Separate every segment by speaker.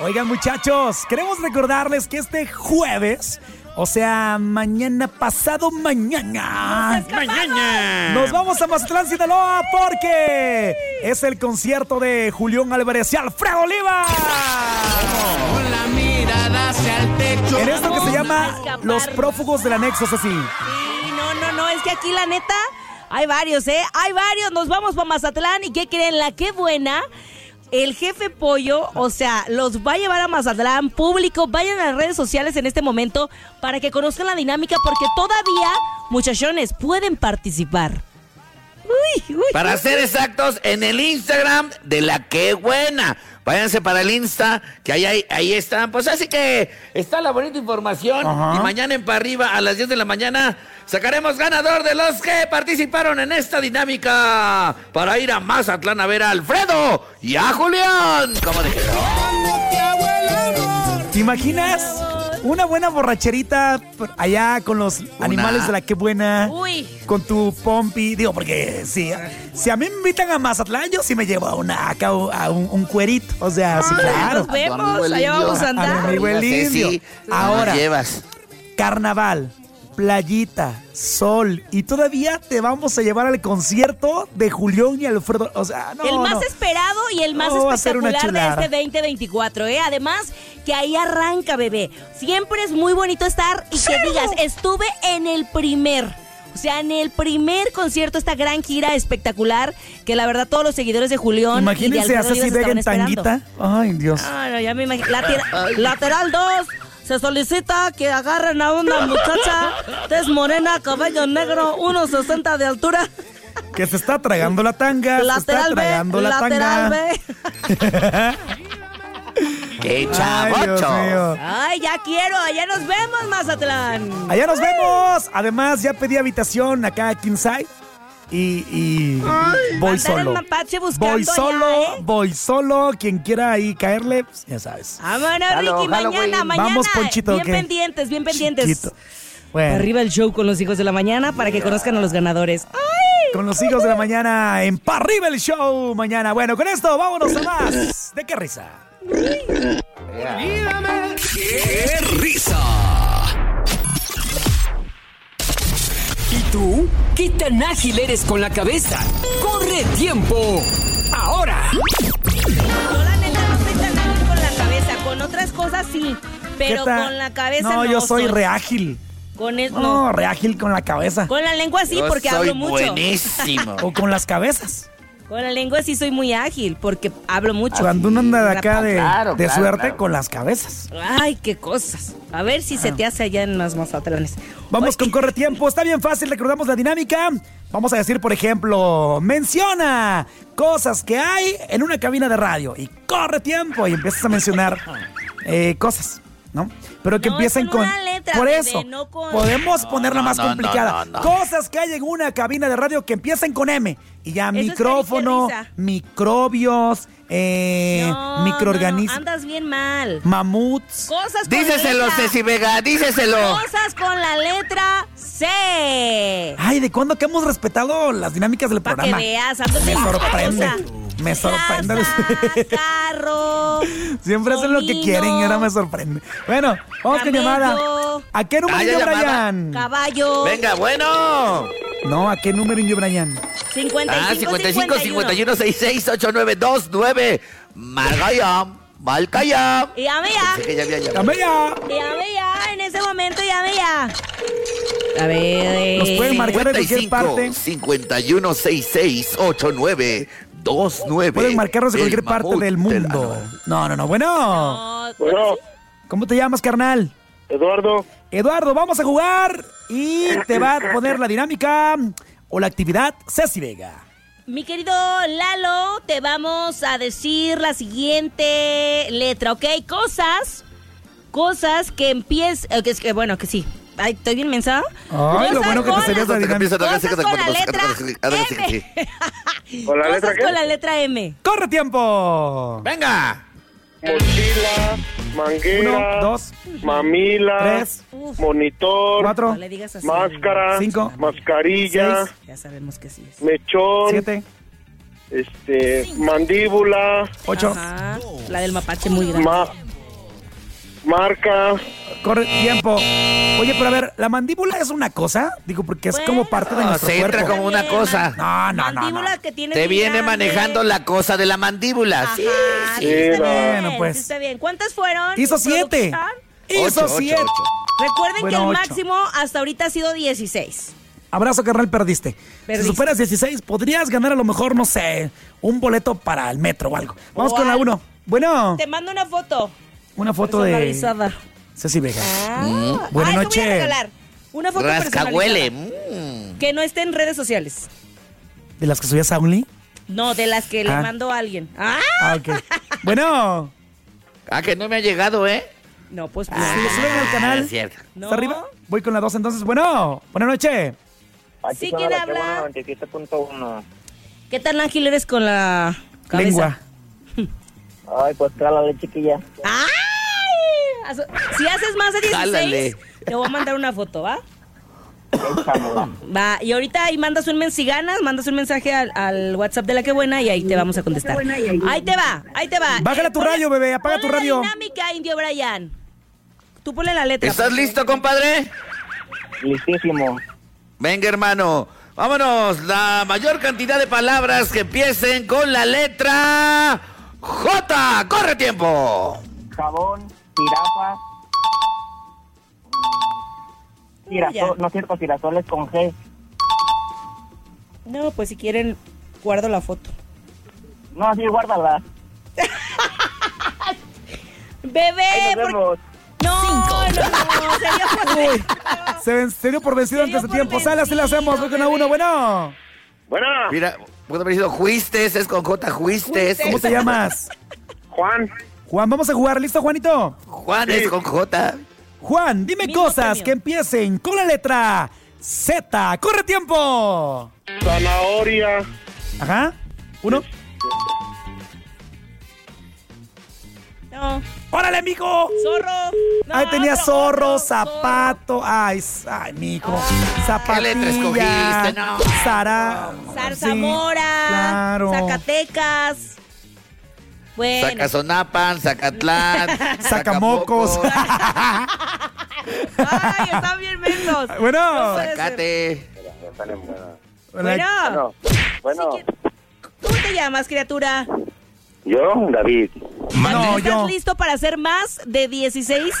Speaker 1: Oigan muchachos, queremos recordarles que este jueves, o sea, mañana pasado mañana,
Speaker 2: Mañana.
Speaker 1: nos vamos a Mazatlán, Sinaloa, porque es el concierto de Julián Álvarez y Alfredo Oliva.
Speaker 3: Con la mirada hacia el techo.
Speaker 1: En esto que se llama
Speaker 2: Vamos a escapar.
Speaker 1: Los Prófugos del Anexo, así.
Speaker 2: Sí, no, no, no, es que aquí la neta hay varios, ¿eh? Hay varios, nos vamos para Mazatlán y ¿qué creen? La qué buena. El jefe pollo, o sea, los va a llevar a Mazatlán público. Vayan a las redes sociales en este momento para que conozcan la dinámica porque todavía, muchachones, pueden participar. Uy, uy.
Speaker 3: Para ser exactos, en el Instagram de la que buena. Váyanse para el Insta, que ahí, ahí, ahí están. Pues así que está la bonita información.
Speaker 1: Ajá.
Speaker 3: Y mañana en para arriba, a las 10 de la mañana, sacaremos ganador de los que participaron en esta dinámica. Para ir a Mazatlán a ver a Alfredo y a Julián. ¿Cómo dije?
Speaker 1: ¿Te imaginas? Una buena borracherita por allá con los animales de la que buena.
Speaker 2: Uy.
Speaker 1: Con tu pompi. Digo, porque si, si a mí me invitan a Mazatlán, yo sí me llevo a una acá a un, un cuerito. O sea, sí, claro.
Speaker 2: Nos vemos,
Speaker 3: el
Speaker 2: allá
Speaker 3: indio.
Speaker 2: vamos a
Speaker 1: A mi
Speaker 2: andar.
Speaker 1: amigo el indio. Ahora,
Speaker 3: llevas.
Speaker 1: carnaval, playita, sol. Y todavía te vamos a llevar al concierto de Julián y Alfredo. O sea, no.
Speaker 2: el más
Speaker 1: no.
Speaker 2: esperado y el más
Speaker 1: No, va a ser una
Speaker 2: espectacular
Speaker 1: chulada.
Speaker 2: de este 2024, ¿eh? Además, que ahí arranca, bebé. Siempre es muy bonito estar y que digas, estuve en el primer. O sea, en el primer concierto, esta gran gira espectacular, que la verdad todos los seguidores de Julián y
Speaker 1: Imagínense
Speaker 2: de
Speaker 1: a
Speaker 2: Alfredo
Speaker 1: Ceci
Speaker 2: Olivas
Speaker 1: Vega en
Speaker 2: estaban esperando.
Speaker 1: tanguita. Ay, Dios.
Speaker 2: Ah, no, ya me imagino. Later- lateral 2. Se solicita que agarren a una muchacha, tez morena, cabello negro, 1.60 de altura,
Speaker 1: Que se está tragando la tanga. se está
Speaker 2: lateral
Speaker 1: tragando
Speaker 2: B,
Speaker 1: la tanga.
Speaker 2: lateral B.
Speaker 3: ¡Qué
Speaker 1: Ay, Dios
Speaker 3: chavocho!
Speaker 1: mío.
Speaker 2: Ay, ya quiero, allá nos vemos, Mazatlán.
Speaker 1: Allá nos vemos. Además, ya pedí habitación acá a Kinsai. Y, y voy
Speaker 2: Andar en
Speaker 1: solo.
Speaker 2: mapache buscando
Speaker 1: Voy
Speaker 2: ya,
Speaker 1: solo,
Speaker 2: ¿eh?
Speaker 1: voy solo. Quien quiera ahí caerle, pues, ya sabes.
Speaker 2: Vámonos,
Speaker 3: Jalo,
Speaker 2: Ricky,
Speaker 3: jalo,
Speaker 2: mañana,
Speaker 3: güey.
Speaker 2: mañana.
Speaker 1: Vamos, Ponchito,
Speaker 2: Bien
Speaker 1: ¿qué?
Speaker 2: pendientes, bien pendientes.
Speaker 1: Chiquito. Eh. Bueno,
Speaker 2: Arriba el show con los hijos de la mañana para que conozcan a los ganadores.
Speaker 1: con los hijos de la mañana en Parriba el show mañana. Bueno, con esto vámonos a más. ¿De qué risa?
Speaker 4: ¡Qué risa! ¿Y tú? ¿Qué tan ágil eres con la cabeza? ¡Corre tiempo! ¡Ahora!
Speaker 2: No, la neta, no soy tan ágil con la cabeza. Con otras cosas sí, pero
Speaker 1: ¿Qué tal?
Speaker 2: con la cabeza
Speaker 1: No,
Speaker 2: no.
Speaker 1: yo soy reágil.
Speaker 2: Con el- no.
Speaker 1: No, reágil con la cabeza.
Speaker 2: Con la lengua sí,
Speaker 3: Yo
Speaker 2: porque
Speaker 3: soy
Speaker 2: hablo mucho.
Speaker 3: buenísimo.
Speaker 1: O con las cabezas.
Speaker 2: Con la lengua sí soy muy ágil, porque hablo mucho.
Speaker 1: Cuando uno anda de acá de,
Speaker 3: Claro,
Speaker 1: de
Speaker 3: claro,
Speaker 1: suerte
Speaker 3: claro.
Speaker 1: con las cabezas.
Speaker 2: Ay, qué cosas. A ver si se te hace allá en las Mazatlanes.
Speaker 1: Ah. Vamos con corre tiempo. Está bien fácil, recordamos la dinámica. Vamos a decir, por ejemplo, menciona cosas que hay en una cabina de radio y corre tiempo y empiezas a mencionar eh, cosas, ¿no? Pero que
Speaker 2: No,
Speaker 1: empiecen
Speaker 2: con
Speaker 1: con.
Speaker 2: una letra,
Speaker 1: por
Speaker 2: bebé,
Speaker 1: eso,
Speaker 2: no con-
Speaker 1: podemos ponerla
Speaker 3: no,
Speaker 1: más
Speaker 3: no, no,
Speaker 1: complicada.
Speaker 3: no, no.
Speaker 1: Cosas que hay en una cabina de radio que empiecen con M y ya
Speaker 2: Eso es
Speaker 1: micrófono,
Speaker 2: que dice risa.
Speaker 1: microbios, eh,
Speaker 2: No, no, no,
Speaker 1: microorganismos,
Speaker 2: andas bien mal.
Speaker 1: mamuts.
Speaker 2: Cosas con
Speaker 3: Díseselo,
Speaker 2: letra.
Speaker 3: Ceci Vega, díseselo.
Speaker 2: Cosas con la letra C.
Speaker 1: Ay, ¿de cuándo que hemos respetado las dinámicas del
Speaker 2: Para que
Speaker 1: programa?
Speaker 2: veas, ando
Speaker 1: Me
Speaker 2: bien
Speaker 1: sorprende.
Speaker 2: cosa.
Speaker 1: Me sorprende.
Speaker 2: Casa, carro.
Speaker 1: Siempre hacen lo que
Speaker 2: comino,
Speaker 1: quieren y ahora me sorprende. Bueno, vamos con
Speaker 2: Camello.
Speaker 1: llamada. ¿A qué número
Speaker 3: Ah, ya
Speaker 1: yo,
Speaker 3: llamada.
Speaker 1: Brian?
Speaker 2: Caballo.
Speaker 3: Venga, bueno.
Speaker 1: No, ¿a qué número yo, Brian?
Speaker 2: 55,
Speaker 3: Ah, 55 51 66 8929. Marca ya, marca ya.
Speaker 2: Y llame ya.
Speaker 3: Pensé que ya había llamado.
Speaker 1: ¡Camella!
Speaker 2: Llame ya. En ese momento llame ya. A ver. eh,
Speaker 1: Nos pueden marcar de cualquier
Speaker 3: 55
Speaker 1: parte.
Speaker 3: 51 66 8929.
Speaker 1: Pueden marcarnos de
Speaker 3: El
Speaker 1: cualquier parte
Speaker 3: mamut
Speaker 1: del
Speaker 3: de la-
Speaker 1: mundo. No, no, no. Bueno,
Speaker 2: No,
Speaker 5: Bueno,
Speaker 1: ¿cómo te llamas, carnal?
Speaker 5: Eduardo,
Speaker 1: Eduardo, vamos a jugar y te va a poner la dinámica o la actividad Ceci Vega.
Speaker 2: Mi querido Lalo, te vamos a decir la siguiente letra, ¿ok? Cosas, cosas que empiezan, que, es que bueno, que sí. Ay, estoy bien mensada.
Speaker 1: Ay, lo bueno que te sabías la
Speaker 3: Cosas
Speaker 1: dinámica.
Speaker 2: con la letra M.
Speaker 5: ¿Con la
Speaker 2: Cosas
Speaker 5: letra qué?
Speaker 2: con la letra M.
Speaker 1: ¡Corre tiempo!
Speaker 3: Venga.
Speaker 5: mochila, manguera,
Speaker 1: Uno, dos,
Speaker 5: mamila,
Speaker 1: tres,
Speaker 5: monitor,
Speaker 1: cuatro,
Speaker 2: No le digas así.
Speaker 5: máscara,
Speaker 1: Cinco,
Speaker 5: mascarilla,
Speaker 1: seis,
Speaker 2: Ya sabemos que sí. es.
Speaker 5: mechón,
Speaker 1: siete,
Speaker 5: este, mandíbula,
Speaker 1: ocho,
Speaker 2: Ajá, La del mapache muy grande.
Speaker 5: ma- marca,
Speaker 1: Corre tiempo. Oye, pero a ver, ¿la mandíbula es una cosa? Digo, porque es como
Speaker 2: Bueno.
Speaker 1: parte de nuestro
Speaker 3: se entra
Speaker 1: cuerpo.
Speaker 3: como una cosa.
Speaker 1: No, no, no,
Speaker 2: Mandíbula
Speaker 1: no.
Speaker 2: que tiene
Speaker 3: Te viene
Speaker 2: gigante.
Speaker 3: manejando la cosa de la mandíbula.
Speaker 2: Ajá,
Speaker 3: Sí.
Speaker 2: sí, está
Speaker 5: Mira.
Speaker 2: bien,
Speaker 1: Bueno, pues.
Speaker 2: sí está bien. ¿Cuántas fueron?
Speaker 1: Hizo siete.
Speaker 2: producción?
Speaker 1: Hizo
Speaker 3: Ocho, ocho,
Speaker 1: siete.
Speaker 3: ocho.
Speaker 2: Recuerden
Speaker 1: Bueno,
Speaker 2: que el
Speaker 1: ocho.
Speaker 2: máximo hasta ahorita ha sido 16.
Speaker 1: Abrazo, carnal, perdiste.
Speaker 2: Perdiste.
Speaker 1: Si superas 16, podrías ganar a lo mejor, no sé, un boleto para el metro o algo. Vamos
Speaker 2: O
Speaker 1: con la
Speaker 2: algo.
Speaker 1: 1. Bueno,
Speaker 2: Te mando una foto.
Speaker 1: una foto de
Speaker 2: personalizada.
Speaker 1: Ceci Vega.
Speaker 2: Ah,
Speaker 1: Buena
Speaker 2: ay, te
Speaker 1: noche.
Speaker 2: voy a regalar una foto
Speaker 3: Rascahuele.
Speaker 2: personalizada.
Speaker 3: Mm.
Speaker 2: Que no esté en redes sociales.
Speaker 1: ¿De las que subías a Only?
Speaker 2: No, de las que le
Speaker 1: Ah.
Speaker 2: mando a alguien. ¡Ah!
Speaker 1: Ah, ok. bueno,
Speaker 3: Ah, que no me ha llegado, ¿eh?
Speaker 2: No, pues. pues,
Speaker 1: si lo suben al
Speaker 3: Ah,
Speaker 1: canal.
Speaker 3: es cierto.
Speaker 2: No.
Speaker 1: ¿Está arriba? Voy con la 2 entonces. Bueno, buena noche.
Speaker 2: Sí, ¿quién habla?
Speaker 6: 97.1.
Speaker 2: ¿Qué tan ágil eres con la cabeza?
Speaker 1: Lengua.
Speaker 6: Ay, pues cálale, chiquilla.
Speaker 2: ¡Ay! Aso- Si haces más de 16,
Speaker 3: Jálale.
Speaker 2: te voy a mandar una foto, ¿va?
Speaker 6: Échamela.
Speaker 2: Va, y ahorita ahí mandas un mensaje, ganas, mandas un mensaje al, al WhatsApp de la que buena y ahí te vamos a contestar. Ahí te va, ahí te va.
Speaker 1: Bájale tu
Speaker 2: ponle-
Speaker 1: radio, bebé, apaga
Speaker 2: ponle
Speaker 1: tu radio.
Speaker 2: La dinámica, Indio Brian. Tú ponle la letra.
Speaker 3: ¿Estás
Speaker 2: porque-
Speaker 3: listo, compadre?
Speaker 6: Listísimo.
Speaker 3: Venga, hermano. Vámonos. La mayor cantidad de palabras que empiecen con la letra J. ¡Corre tiempo!
Speaker 6: Jabón, jirafa.
Speaker 2: Ya.
Speaker 6: mm, Girasol, no es cierto, girasoles con G.
Speaker 2: No, pues si quieren, guardo la foto.
Speaker 6: No, sí, guárdala.
Speaker 2: Bebé,
Speaker 6: Ahí nos
Speaker 2: Eh, ¿por-
Speaker 6: vemos.
Speaker 2: no, no, no, sería por- Ah.
Speaker 1: Se, ven- se dio por vencido
Speaker 2: Se dio
Speaker 1: antes de
Speaker 2: por
Speaker 1: tiempo. Sale, así la hacemos. Voy con la
Speaker 2: vencido,
Speaker 1: 1. Bueno,
Speaker 5: buena,
Speaker 3: Mira, puede haber sido Juistes, es con J. Juistes.
Speaker 1: ¿cómo te llamas?
Speaker 5: Juan,
Speaker 1: Juan, vamos a jugar. ¿Listo, Juanito?
Speaker 3: Juan es con J.
Speaker 1: Juan, dime
Speaker 2: Mismo
Speaker 1: cosas
Speaker 2: premio.
Speaker 1: que empiecen con la letra Z. ¡Corre tiempo!
Speaker 5: zanahoria,
Speaker 1: Ajá. Uno.
Speaker 2: No,
Speaker 1: ¡Órale, amigo!
Speaker 2: zorro. No,
Speaker 1: Ahí tenía
Speaker 2: otro,
Speaker 1: zorro,
Speaker 2: otro,
Speaker 1: zapato. Ay, s- ay, mijo.
Speaker 3: ¿Qué
Speaker 1: Zapatilla.
Speaker 3: letra escogiste? No.
Speaker 1: Sara.
Speaker 2: zorro.
Speaker 1: sí,
Speaker 2: Zarzamora.
Speaker 1: claro.
Speaker 2: Zacatecas. Bueno.
Speaker 3: Sacazonapan, Zacatlán,
Speaker 1: Sacamocos.
Speaker 2: Ay, están bien mensos.
Speaker 1: Bueno.
Speaker 2: No puede ser.
Speaker 3: Zacate.
Speaker 2: Bueno,
Speaker 5: No, bueno,
Speaker 2: ¿cómo te llamas, criatura?
Speaker 5: yo, David,
Speaker 1: No,
Speaker 2: ¿Estás
Speaker 1: yo.
Speaker 2: listo para hacer más de 16?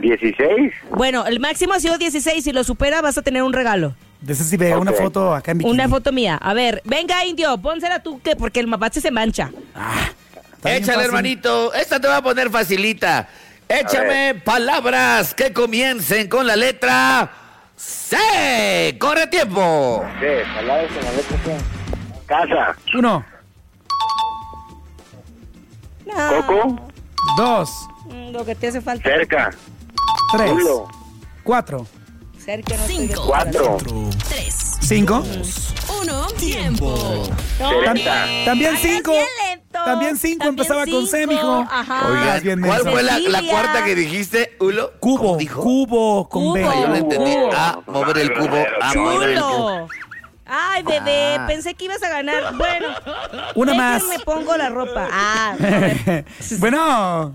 Speaker 5: 16,
Speaker 2: Bueno, el máximo ha sido 16. Si lo supera, vas a tener un regalo.
Speaker 1: De ese sí veo una
Speaker 5: Ok.
Speaker 1: foto acá en bikini.
Speaker 2: Una foto mía. A ver, venga, indio, pónsela tú, que porque el mapache se mancha.
Speaker 1: Está bien
Speaker 3: Échale,
Speaker 1: fácil.
Speaker 3: hermanito. Esta te va a poner facilita. Échame palabras que comiencen con la letra C. Corre tiempo.
Speaker 5: ¿qué?
Speaker 6: Palabras con la letra C.
Speaker 5: Casa,
Speaker 1: Uno,
Speaker 5: coco,
Speaker 1: dos,
Speaker 2: Mm, Lo que te hace falta.
Speaker 5: cerca,
Speaker 1: tres,
Speaker 5: culo,
Speaker 1: cuatro,
Speaker 2: Cerca, no estoy-
Speaker 5: cuatro,
Speaker 1: cinco.
Speaker 2: No,
Speaker 1: Tam-
Speaker 5: cerca,
Speaker 1: también
Speaker 2: andas
Speaker 1: cinco.
Speaker 2: bien lento.
Speaker 1: También cinco empezaba con C,
Speaker 2: cinco.
Speaker 1: mijo.
Speaker 2: Ajá.
Speaker 1: Oiga,
Speaker 3: Oigan,
Speaker 1: Estás bien
Speaker 3: ¿cuál
Speaker 1: menso.
Speaker 3: fue la, la
Speaker 2: Cecilia.
Speaker 3: cuarta que dijiste, Ulo?
Speaker 1: Cubo,
Speaker 3: ¿Cómo dijo?
Speaker 1: cubo con B.
Speaker 3: Ah, yo no entendí.
Speaker 2: Cubo.
Speaker 3: Ah, mover el cubo. Ah, mover el cubo.
Speaker 2: Chulo. Ay, bebé,
Speaker 3: Ah.
Speaker 2: pensé que ibas a ganar. Bueno,
Speaker 1: Una más.
Speaker 2: me pongo la ropa. Ah,
Speaker 1: bueno.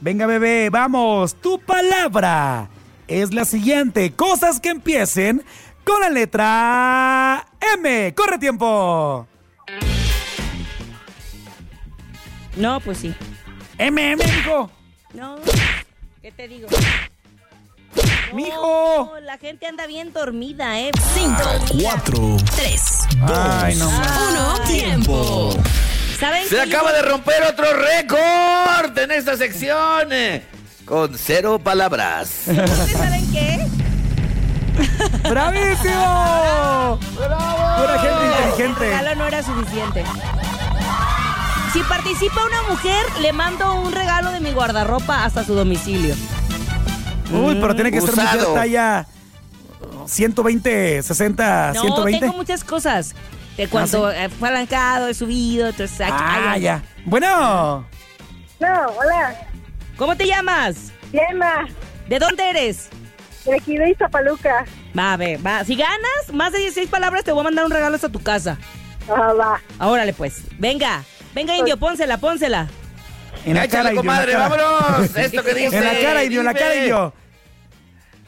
Speaker 1: Venga, bebé, vamos. Tu palabra es la siguiente. Cosas que empiecen con la letra M. Corre tiempo.
Speaker 2: no, pues sí.
Speaker 1: M, M, mijo.
Speaker 2: No, ¿qué te digo?
Speaker 1: Mijo.
Speaker 2: No, la gente anda bien dormida, ¿eh?
Speaker 3: Ah,
Speaker 1: Ay, no.
Speaker 2: Uno, tiempo. ¿Saben
Speaker 3: Se
Speaker 2: qué?
Speaker 3: acaba de romper otro récord en esta sección. eh, Con cero palabras.
Speaker 2: ¿Ustedes ¿Saben qué?
Speaker 1: ¡Bravísimo! Pura gente
Speaker 2: El
Speaker 1: inteligente.
Speaker 2: regalo no era suficiente. Si participa una mujer, le mando un regalo de mi guardarropa hasta su domicilio.
Speaker 1: Uy, pero tiene que ser
Speaker 3: Usado.
Speaker 1: mujer talla 120, 60,
Speaker 2: No,
Speaker 1: 120.
Speaker 2: tengo muchas cosas. De cuando
Speaker 1: ¿Ah,
Speaker 2: he palancado, he subido, entonces... aquí-
Speaker 1: Ah,
Speaker 2: ay,
Speaker 1: ya. Bueno,
Speaker 7: No, hola,
Speaker 2: ¿Cómo te llamas?
Speaker 7: Gemma,
Speaker 2: ¿De dónde eres?
Speaker 7: de aquí de Iztapaluca.
Speaker 2: Va, a ver, va. Si ganas más de 16 palabras, te voy a mandar un regalo hasta tu casa.
Speaker 7: Ah, va.
Speaker 2: Órale, pues. Venga. Venga, indio, pónsela, pónsela.
Speaker 1: En la
Speaker 3: Échale,
Speaker 1: cara y dio en la
Speaker 3: comadre,
Speaker 1: cara.
Speaker 3: vámonos. Esto que dice.
Speaker 1: En la cara y dio, en la cara y
Speaker 3: dice.
Speaker 1: dio.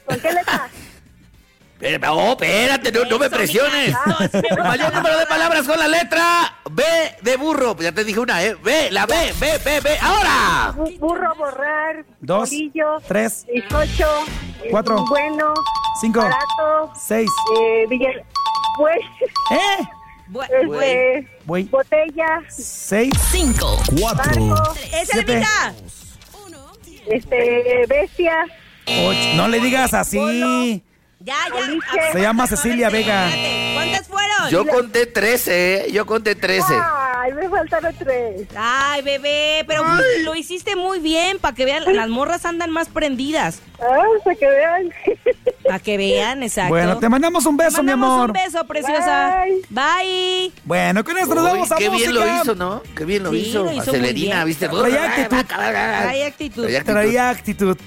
Speaker 7: ¿Con qué letra?
Speaker 3: Eh, No, espérate, no, no me
Speaker 2: Eso,
Speaker 3: presiones.
Speaker 2: mija, no, es mi-
Speaker 3: Mayor número de palabras con la letra B de burro. Ya te dije una, ¿eh? B, la B, B, B, B. ¡Ahora!
Speaker 7: Bu- Burro, borrar,
Speaker 1: Dos,
Speaker 7: bolillo,
Speaker 1: tres,
Speaker 7: bizcocho, eh,
Speaker 1: cuatro,
Speaker 7: bueno,
Speaker 1: cinco,
Speaker 7: barato,
Speaker 1: seis.
Speaker 7: eh, Villa- pues,
Speaker 1: ¿Eh?
Speaker 2: Bu-
Speaker 7: este,
Speaker 1: Güey.
Speaker 7: botella,
Speaker 1: Seis,
Speaker 7: barco,
Speaker 2: ¡Échale,
Speaker 1: Siete.
Speaker 2: mija!
Speaker 7: este, bestia,
Speaker 1: ocho. No le digas así.
Speaker 2: Ya, ya.
Speaker 7: Alicia.
Speaker 1: Se llama
Speaker 2: Espérate,
Speaker 1: Cecilia Vega.
Speaker 2: espérate. ¿Cuántas fueron?
Speaker 3: Yo conté 13, ¿eh? Yo conté 13.
Speaker 7: ay, me faltaron tres.
Speaker 2: Ay, bebé, pero lo hiciste muy bien, para que vean, las morras andan más prendidas.
Speaker 7: Ah, para que vean.
Speaker 2: Para que vean, exacto.
Speaker 1: Bueno, te mandamos un beso, mi
Speaker 2: Mandamos
Speaker 1: amor.
Speaker 2: un beso, preciosa. Bye.
Speaker 1: Bueno, con esto nos
Speaker 3: Uy,
Speaker 1: vamos a
Speaker 3: qué bien
Speaker 1: música.
Speaker 3: lo hizo, ¿no? Qué bien lo
Speaker 2: Sí,
Speaker 3: hizo.
Speaker 2: lo hizo muy
Speaker 3: Acelerina,
Speaker 2: bien.
Speaker 3: ¿viste?
Speaker 1: Traía actitud.
Speaker 2: Traía actitud.
Speaker 3: Traía actitud.
Speaker 1: Traía actitud.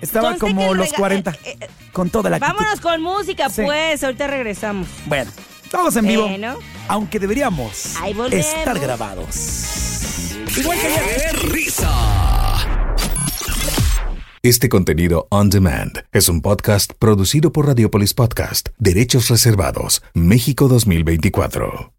Speaker 1: Estaba
Speaker 2: Conste
Speaker 1: como
Speaker 2: que le
Speaker 1: los
Speaker 2: rega-
Speaker 1: 40.
Speaker 2: eh, eh,
Speaker 1: con toda la actitud.
Speaker 2: Vámonos con música,
Speaker 1: Sí.
Speaker 2: pues. Ahorita regresamos.
Speaker 1: Bueno, estamos en vivo.
Speaker 2: Bueno.
Speaker 1: Aunque deberíamos
Speaker 2: Ahí volvemos.
Speaker 1: estar grabados. Igual que ayer.
Speaker 4: ¡Qué risa!
Speaker 8: Este contenido on demand es un podcast producido por Radiopolis Podcast, Derechos Reservados, México 2024.